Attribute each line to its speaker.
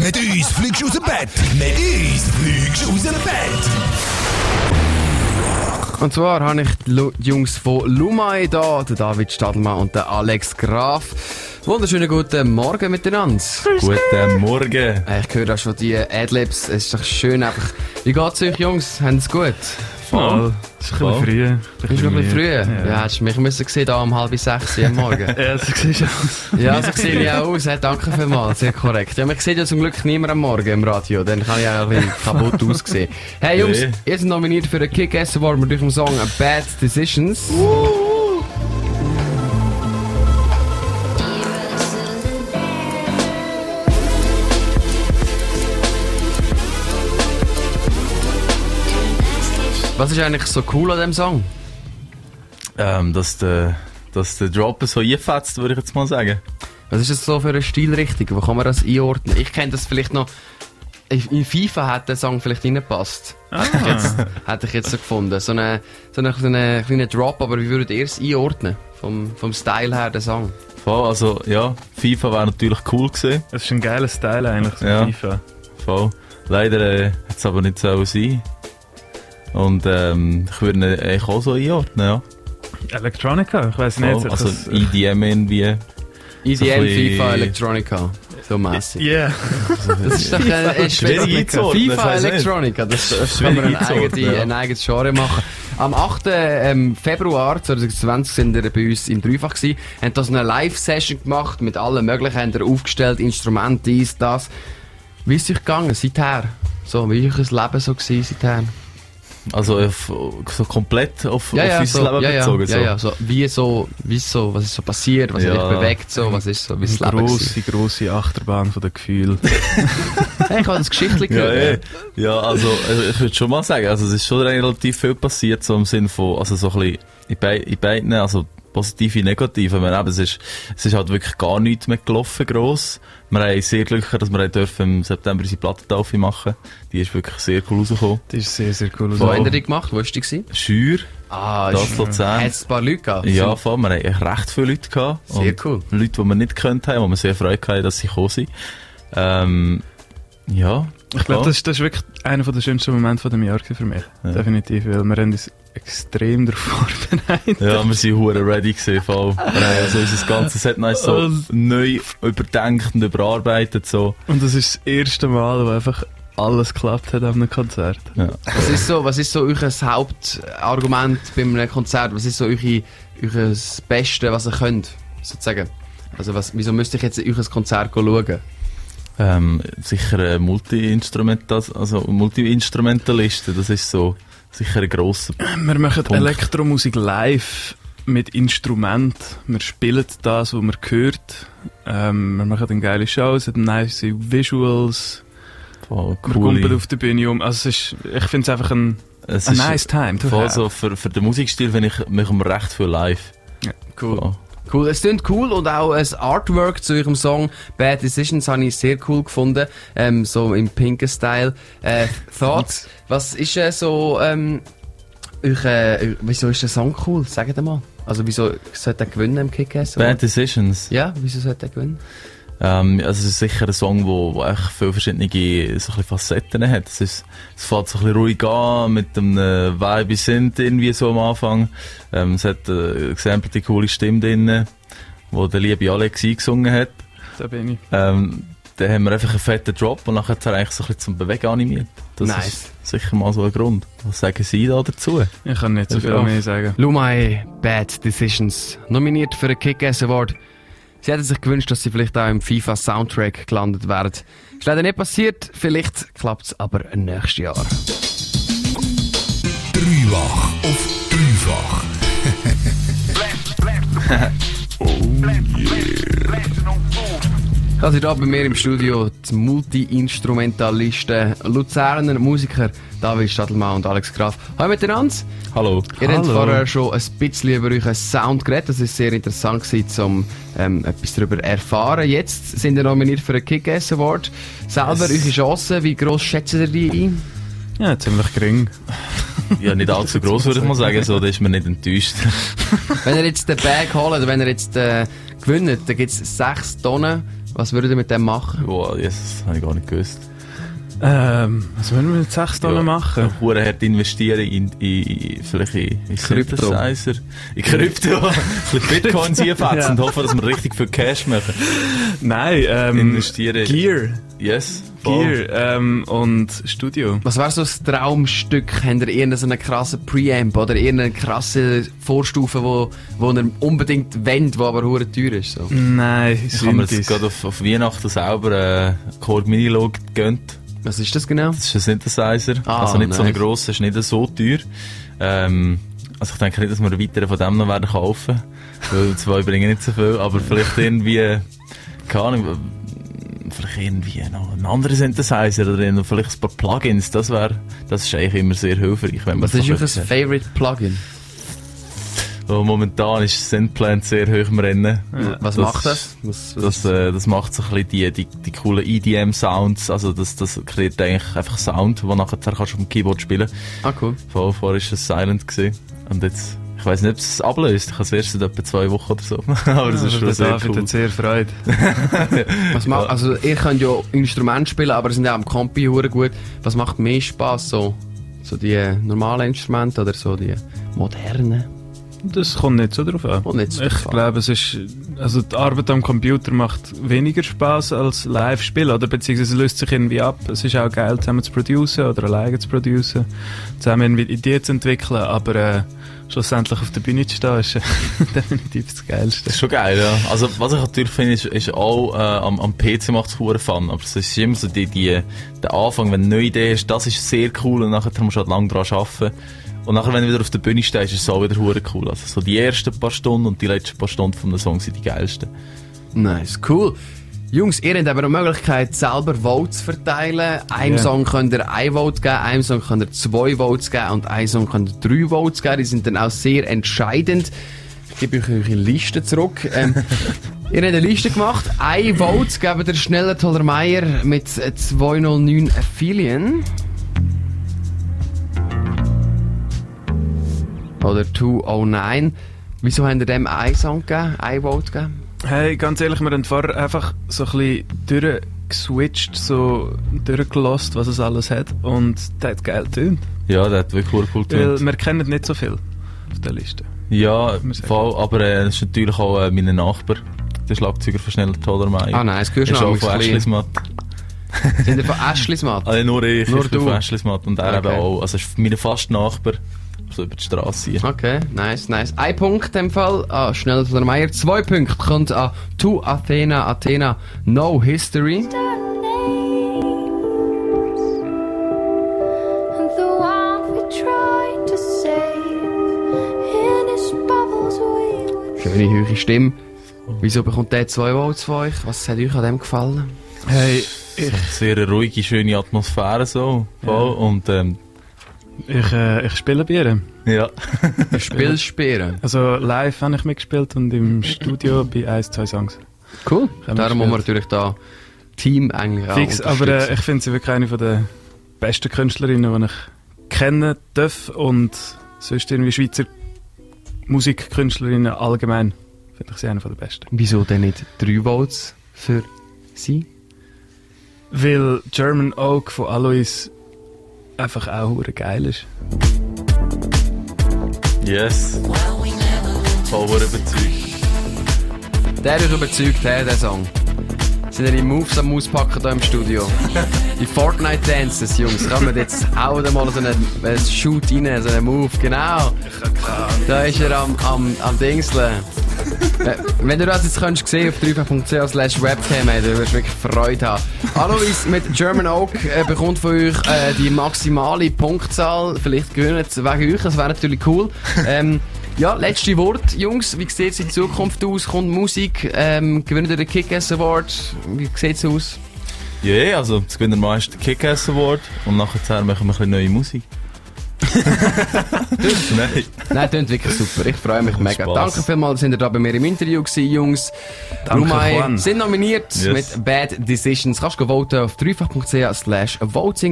Speaker 1: Mit uns fliegst du aus dem Bett. Mit uns fliegst du aus dem Bett.
Speaker 2: Und zwar habe ich die Lu- Jungs von Lumai da, den David Stadelmann und den Alex Graf. Wunderschönen guten Morgen miteinander.
Speaker 3: Guten Morgen.
Speaker 2: Äh, Ich höre da schon die Adlibs, es ist doch schön einfach. Wie geht's euch Jungs? Haben's gut?
Speaker 3: Voll.
Speaker 4: Es ist ein bisschen früh. Ein bisschen
Speaker 2: Ist schon ein bisschen früh.
Speaker 4: müde.
Speaker 2: Ja,
Speaker 4: Ja,
Speaker 2: hättest du mich müssen sehen, da um halb sechs Uhr am Morgen.
Speaker 4: ja so siehst du aus.
Speaker 2: ja, so sehe ich auch aus. Ja, danke vielmals, sehr korrekt. Ja, mich sieht ja zum Glück niemand am Morgen im Radio, dann kann ich auch ein bisschen kaputt aussehen. Hey Jungs,
Speaker 3: Nee.
Speaker 2: ihr seid nominiert für den Kick-Ass Award mit eurem Song «Bad Decisions». Was ist eigentlich so cool an dem Song?
Speaker 3: Ähm, dass der, dass der Dropper so einfetzt, würde ich jetzt mal sagen.
Speaker 2: Was ist das so für eine Stilrichtung? Wo kann man das einordnen? Ich kenne das vielleicht noch. In FIFA hat der Song vielleicht reingepasst. Hätte
Speaker 4: Ah.
Speaker 2: ich jetzt, hätte ich jetzt so gefunden. So einen so eine, so eine kleinen Drop, aber wie würdet ihr es einordnen? Vom, vom Style her, der Song.
Speaker 3: Voll, also ja, FIFA wäre natürlich cool gewesen.
Speaker 4: Es ist ein geiler Style eigentlich, so
Speaker 3: Ja.
Speaker 4: FIFA.
Speaker 3: Voll. Leider äh, hat es aber nicht so sein. Und ähm, ich würde ihn eigentlich auch so einordnen, ja.
Speaker 4: Electronica, ich weiß nicht.
Speaker 3: Voll.
Speaker 4: ich
Speaker 3: also
Speaker 4: das-
Speaker 2: äh,
Speaker 3: EDM irgendwie.
Speaker 2: EDM,
Speaker 3: ein bisschen-
Speaker 2: FIFA, Electronica. So mässig.
Speaker 4: Yeah.
Speaker 2: Das ist doch ein, ein
Speaker 3: Schwierig einzuordnen, das
Speaker 2: FIFA
Speaker 3: weiss ich nicht.
Speaker 2: Electronica, das, das kann
Speaker 3: Schwierig
Speaker 2: man ein, eigene,
Speaker 3: einzuordnen, ja.
Speaker 2: ein eigenes Genre machen. Am 8. ähm, Februar 2020 sind wir bei uns im Dreifach gewesen, haben das eine Live-Session gemacht, mit allen möglichen, haben wir aufgestellt, Instrumente, dies, das. Wie ist es euch gegangen, seither? So, wie ist euer Leben so gewesen, seither?
Speaker 3: Also auf, so komplett auf, auf unser Leben
Speaker 2: ja, ja,
Speaker 3: bezogen.
Speaker 2: ja, ja, so, wie so, wie so, was ist so passiert, was hat
Speaker 3: Ja.
Speaker 2: dich bewegt, so, was ist so, wie ist das Leben gewesen?
Speaker 4: Grosse, grosse Achterbahn von den Gefühlen.
Speaker 2: Hey, ich habe das Geschichtchen
Speaker 3: Ja,
Speaker 2: gehört.
Speaker 3: eh. ja, also also ich würde schon mal sagen, also es ist schon relativ viel passiert, so im Sinn von, also so ein bisschen in, bei, in beiden, also positive, negative. Ich meine, eben, es, ist, es ist halt wirklich gar nichts mehr gelaufen, gross. Wir haben sehr Glück, gehabt, dass wir haben dürfen im September unsere Plattentaufe machen Die ist wirklich sehr cool rausgekommen.
Speaker 4: Das ist sehr, sehr cool.
Speaker 2: Wo
Speaker 3: Voll.
Speaker 2: habt ihr die gemacht? Wo warst du? gewesen?
Speaker 3: Schür,
Speaker 2: Ah,
Speaker 3: das Luzern.
Speaker 2: Hat es ein paar Leute gehabt?
Speaker 3: Ja, voll, wir haben echt recht viele Leute gehabt.
Speaker 2: Sehr
Speaker 3: Und
Speaker 2: cool.
Speaker 3: Leute, die wir nicht gekannt haben, wo wir sehr Freude hatten, dass sie gekommen sind. Ähm, ja.
Speaker 4: Ich glaube, das, ist- das ist wirklich einer der schönsten Momente des Jahres für mich.
Speaker 3: Ja.
Speaker 4: Definitiv, weil wir haben uns extrem darauf vorbereitet.
Speaker 3: Ja, wir waren hure ready gewesen, voll. Wir haben also unser ganzes Set noch so neu überdenkt und überarbeitet, so.
Speaker 4: Und das ist das erste Mal, wo einfach alles geklappt hat an einem Konzert.
Speaker 2: Was ist so, was ist so euer Hauptargument bei einem Konzert? Was ist so euer, euer Beste, was ihr könnt, sozusagen? Also was, wieso müsste ich jetzt euer Konzert go schauen?
Speaker 3: Ähm, sicher äh, Multi-Instrumentalist, also Multi-Instrumentalisten, das ist so sicher ein grosser
Speaker 4: Wir machen
Speaker 3: Punkt.
Speaker 4: Elektromusik live mit Instrument. Wir spielen das, was man hört. Ähm, wir machen eine geile Show, es hat nice Visuals.
Speaker 3: voll
Speaker 4: Wir
Speaker 3: coole-
Speaker 4: gumpen auf Ah, der Bühne um. Also es ist, ich finde es einfach ein,
Speaker 3: Es
Speaker 4: ein
Speaker 3: ist
Speaker 4: nice time. to
Speaker 3: voll
Speaker 4: have.
Speaker 3: so für, für den Musikstil finde ich, machen wir recht viel live.
Speaker 2: Cool.
Speaker 3: Voll.
Speaker 2: Cool, es klingt cool und auch ein Artwork zu eurem Song Bad Decisions habe ich sehr cool gefunden, ähm, so im pinken Style. Äh, Thoughts, was ist äh, so, ähm, euch, äh, wieso ist der Song cool? Sagt mal. Also wieso sollte er gewinnen im Kick-Ass?
Speaker 3: Bad Decisions.
Speaker 2: Ja, wieso sollte er gewinnen?
Speaker 3: Ähm, also es ist sicher ein Song, wo, wo echt viele verschiedene so ein bisschen Facetten hat. Es, ist, es fällt so ein bisschen ruhig an, mit einem Vibe sind irgendwie so am Anfang. Ähm, es hat äh, eine gesampelte coole Stimme drin, wo der liebe Alex eingesungen hat.
Speaker 4: Da bin ich.
Speaker 3: Ähm, dann haben wir einfach einen fetten Drop und nachher hat er eigentlich so ein bisschen zum Bewegen animiert. Das
Speaker 2: Nice.
Speaker 3: ist sicher mal so ein Grund. Was sagen Sie da dazu?
Speaker 4: Ich kann nicht so
Speaker 3: Ich
Speaker 4: viel
Speaker 3: auch.
Speaker 4: mehr sagen.
Speaker 2: Lumai Bad Decisions, nominiert für den Kick-Ass Award. Sie hätten sich gewünscht, dass sie vielleicht auch im FIFA-Soundtrack gelandet wären. Ist leider nicht passiert, vielleicht klappt es aber nächstes Jahr.
Speaker 1: Dreifach auf dreifach.
Speaker 2: Also hier bei mir im Studio die Multi-Instrumentalisten, Luzerner Musiker David Stadelmann und Alex Graf. Hallo miteinander.
Speaker 3: Hallo.
Speaker 2: Ihr habt
Speaker 4: Hallo.
Speaker 2: vorher schon ein bisschen über euren Sound geredet. Das ist sehr interessant gewesen, um ähm, etwas darüber zu erfahren. Jetzt sind ihr nominiert für den Kick-Ass Award. Selber eure Chancen, wie gross schätzt ihr die ein?
Speaker 4: Ja, ziemlich gering.
Speaker 3: Ja, nicht allzu gross würde ich mal sagen, so, da ist man nicht enttäuscht.
Speaker 2: Wenn ihr jetzt den Bag holt, wenn ihr jetzt äh, gewinnt, dann gibt es 6 Tonnen Was würdet ihr mit dem machen?
Speaker 3: Wow, Jesus, das habe ich gar nicht gewusst.
Speaker 4: Ähm, was würden wir mit 6 Tonnen machen?
Speaker 3: Ich habe hart investieren in, in, in, vielleicht in, in
Speaker 2: Krypto.
Speaker 3: Synthesizer. In Krypto. Ein bisschen Bitcoins einfetzen
Speaker 4: Ja.
Speaker 3: und hoffen, dass wir richtig viel Cash machen.
Speaker 4: Nein, ähm,
Speaker 3: Investieren.
Speaker 4: Gear.
Speaker 3: Yes. voll.
Speaker 4: Gear ähm, und Studio.
Speaker 2: Was wäre so das Traumstück? Habt ihr irgendeinen so einen krassen Preamp oder irgendeine krasse Vorstufe, wo, wo ihr unbedingt wendet, wo aber hure teuer ist? So.
Speaker 4: Nein,
Speaker 3: Ich habe mir jetzt
Speaker 4: Synthes.
Speaker 3: gerade auf, auf Weihnachten selber äh, Core Mini Log gegönnt.
Speaker 2: Was ist das genau?
Speaker 3: Das ist ein Synthesizer.
Speaker 2: Ah,
Speaker 3: also nicht so ein
Speaker 2: nice.
Speaker 3: grosser, ist nicht so teuer. Ähm, also ich denke nicht, dass wir einen weiteren von dem noch werden kaufen. Weil zwei bringen nicht so viel. Aber vielleicht irgendwie, keine Ahnung, vielleicht irgendwie noch einen anderen Synthesizer oder irgendwie vielleicht ein paar Plugins. Das wäre, das ist eigentlich immer sehr hilfreich, wenn man
Speaker 2: Was
Speaker 3: so
Speaker 2: ist euch ein
Speaker 3: etwas hat.
Speaker 2: Favorite Plugin?
Speaker 3: Weil Momentan ist Synthplant sehr hoch im Rennen.
Speaker 2: Was
Speaker 3: Das
Speaker 2: macht das?
Speaker 3: ist-
Speaker 2: Was, was
Speaker 3: Das, äh, das macht so ein bisschen die, die, die coolen E EDM-Sounds, also das, das kreiert eigentlich einfach Sound, den nachher kannst du auf dem Keyboard spielen
Speaker 2: ah, cool.
Speaker 3: Vor, vorher war es silent gewesen. und jetzt, ich weiss nicht, ob es ablöst, ich habe es erst seit etwa zwei Wochen oder so, aber das ist schon
Speaker 4: der
Speaker 3: sehr
Speaker 4: David
Speaker 3: cool.
Speaker 4: hat sehr freut.
Speaker 2: Was macht, also ihr könnt ja Instrumente spielen, aber ihr seid ja am Kompi hure gut. Was macht mehr Spaß so? So die äh, normalen Instrumente oder so die modernen?
Speaker 4: Das kommt nicht so drauf an.
Speaker 2: Kommt nicht so
Speaker 4: ich
Speaker 2: drauf an.
Speaker 4: glaube, es ist, also die Arbeit am Computer macht weniger Spaß als live spielen oder beziehungsweise löst sich irgendwie ab. Es ist auch geil, zusammen zu producen oder alleine zu producen, zusammen irgendwie Ideen zu entwickeln, aber äh, schlussendlich auf der Bühne zu stehen ist äh, definitiv das Geilste.
Speaker 3: Das ist schon geil, ja. Also, was ich natürlich finde, ist, ist auch, äh, am, am PC macht es verdammt Fun. Aber es ist immer so die, die, der Anfang, wenn du eine neue Idee hast, das ist sehr cool und nachher musst du halt lange dran arbeiten. Und nachher, wenn du wieder auf der Bühne stehst, ist es auch wieder verdammt cool. Also, so die ersten paar Stunden und die letzten paar Stunden von einem Song sind die geilsten.
Speaker 2: Nice, cool. Jungs, ihr habt aber die Möglichkeit, selber Votes zu verteilen. Einem
Speaker 4: Ja.
Speaker 2: Song könnt ihr ein Vote geben, einem Song könnt ihr zwei Votes geben und einem Song könnt ihr drei Votes geben. Die sind dann auch sehr entscheidend. Ich gebe euch eure Liste zurück. Ähm, ihr habt eine Liste gemacht. Ein Vote geben der schnelle Tollermeier mit 209 Affilien. Oder 209. Wieso habt ihr dem einen Song gegeben, ein Vote gegeben?
Speaker 4: Hey, ganz ehrlich, wir haben vorher einfach so ein bisschen durchgeswitcht, so durchgelost, was es alles hat und das hat geil tönt.
Speaker 3: Ja, der hat wirklich verdammt cool
Speaker 4: Weil
Speaker 3: getönt.
Speaker 4: wir kennen nicht so viel auf der Liste.
Speaker 3: Ja,
Speaker 4: wir sagen.
Speaker 3: voll, aber, äh, das ist natürlich auch, äh, mein Nachbar, der Schlagzeuger von Schneller Toller Meier.
Speaker 2: Ah nein, es gehört
Speaker 3: Ist auch
Speaker 2: schon
Speaker 3: von Eschlismatt.
Speaker 2: Sind ihr von Aschlismat?
Speaker 4: Ah.
Speaker 3: Also nur ich,
Speaker 2: Nur
Speaker 3: ich bin
Speaker 2: du.
Speaker 3: von Eschlismatt und er
Speaker 2: Okay.
Speaker 3: eben auch. Also, ist mein fast Nachbar, so über die Straße hier.
Speaker 2: Okay, nice, nice. Ein Punkt in dem Fall Ah, an Schneller oder Meier. Zwei Punkte kommt an To Athena, Athena, No History.
Speaker 5: And the one we tried to save in his bubbles we were
Speaker 2: Schöne, höhere Stimme. Wieso bekommt der zwei Votes von euch? Was hat euch an dem gefallen?
Speaker 4: Hey,
Speaker 3: Sehr eine ruhige, schöne Atmosphäre so. Voll. Und ähm,
Speaker 4: ich, äh, ich spiele Bier.
Speaker 3: ja.
Speaker 2: Spielsperren.
Speaker 4: Also live habe ich mitgespielt und im Studio bei 1, zwei Songs.
Speaker 2: Cool.
Speaker 4: Haben wir
Speaker 2: Darum muss man
Speaker 4: gespielt.
Speaker 2: natürlich da Team eigentlich auch
Speaker 4: Fix, aber äh,
Speaker 2: unterstützen.
Speaker 4: ich finde sie wirklich eine von der besten Künstlerinnen, die ich kennen darf und sonst irgendwie Schweizer Musikkünstlerinnen allgemein finde ich sie eine von der besten.
Speaker 2: Wieso denn nicht drei Votes für sie?
Speaker 4: Weil German Oak von Alois einfach auch hure geil ist.
Speaker 3: Yes. Voll wurde überzeugt.
Speaker 2: Der ist überzeugt, hey, der Song. Sind ihre Moves am Auspacken hier im Studio. Die Fortnite Dances, Jungs, kommen jetzt auch mal so einen äh, Shoot rein, so einen Move, genau. Da ist er am, am, am Dingseln. Äh, Wenn du das jetzt könntest sehen auf 3.ch slash webcam, ey, dann wirst du wirklich Freude haben. Alois mit German Oak äh, bekommt von euch äh, die maximale Punktzahl. Vielleicht gewinnen sie wegen euch, das wäre natürlich cool. Ähm, ja, letzte Wort, Jungs. Wie sieht es in Zukunft aus? Kommt Musik? Ähm, gewinnt ihr den Kick-Ass Award? Wie sieht es aus?
Speaker 3: Ja, yeah, also das gewinnt mal ist der Kick-Ass Award und nachher machen wir ein bisschen neue Musik. Nein.
Speaker 2: Nein, klingt wirklich super. Ich freue mich mega.
Speaker 3: Spass.
Speaker 2: Danke vielmals, sind ihr da bei mir im Interview gewesen, Jungs.
Speaker 4: Danke,
Speaker 2: Rumei
Speaker 4: Juan.
Speaker 2: sind nominiert
Speaker 3: Yes.
Speaker 2: mit Bad Decisions. Kannst du voten auf dreifach.ch slash voting